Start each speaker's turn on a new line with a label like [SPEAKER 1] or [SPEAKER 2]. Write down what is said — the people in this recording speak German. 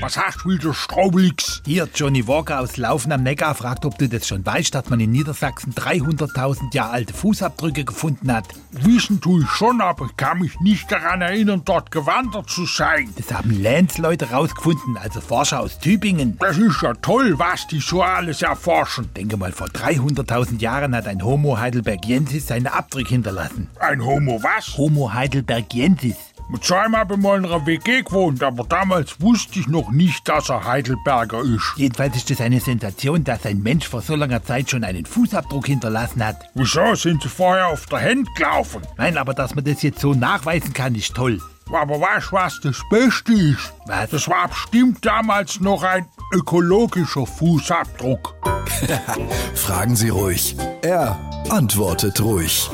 [SPEAKER 1] Was hast du wieder, Straubelix?
[SPEAKER 2] Hier, Johnny Walker aus Laufen am Neckar fragt, ob du das schon weißt, dass man in Niedersachsen 300.000 Jahre alte Fußabdrücke gefunden hat.
[SPEAKER 1] Wissen tue ich schon, aber ich kann mich nicht daran erinnern, dort gewandert zu sein.
[SPEAKER 2] Das haben Lands-Leute rausgefunden, also Forscher aus Tübingen.
[SPEAKER 1] Das ist ja toll, was die so alles erforschen.
[SPEAKER 2] Denke mal, vor 300.000 Jahren hat ein Homo heidelbergiensis seine Abdrücke hinterlassen.
[SPEAKER 1] Ein Homo was?
[SPEAKER 2] Homo heidelbergiensis.
[SPEAKER 1] Mit seinem habe ich mal in einer WG gewohnt, aber damals wusste ich noch nicht, dass er Heidelberger ist.
[SPEAKER 2] Jedenfalls ist es eine Sensation, dass ein Mensch vor so langer Zeit schon einen Fußabdruck hinterlassen hat.
[SPEAKER 1] Wieso sind sie vorher auf der Hand gelaufen?
[SPEAKER 2] Nein, aber dass man das jetzt so nachweisen kann, ist toll.
[SPEAKER 1] Aber weißt du, was das Beste ist?
[SPEAKER 2] Was?
[SPEAKER 1] Das war bestimmt damals noch ein ökologischer Fußabdruck.
[SPEAKER 3] Fragen Sie ruhig. Er antwortet ruhig.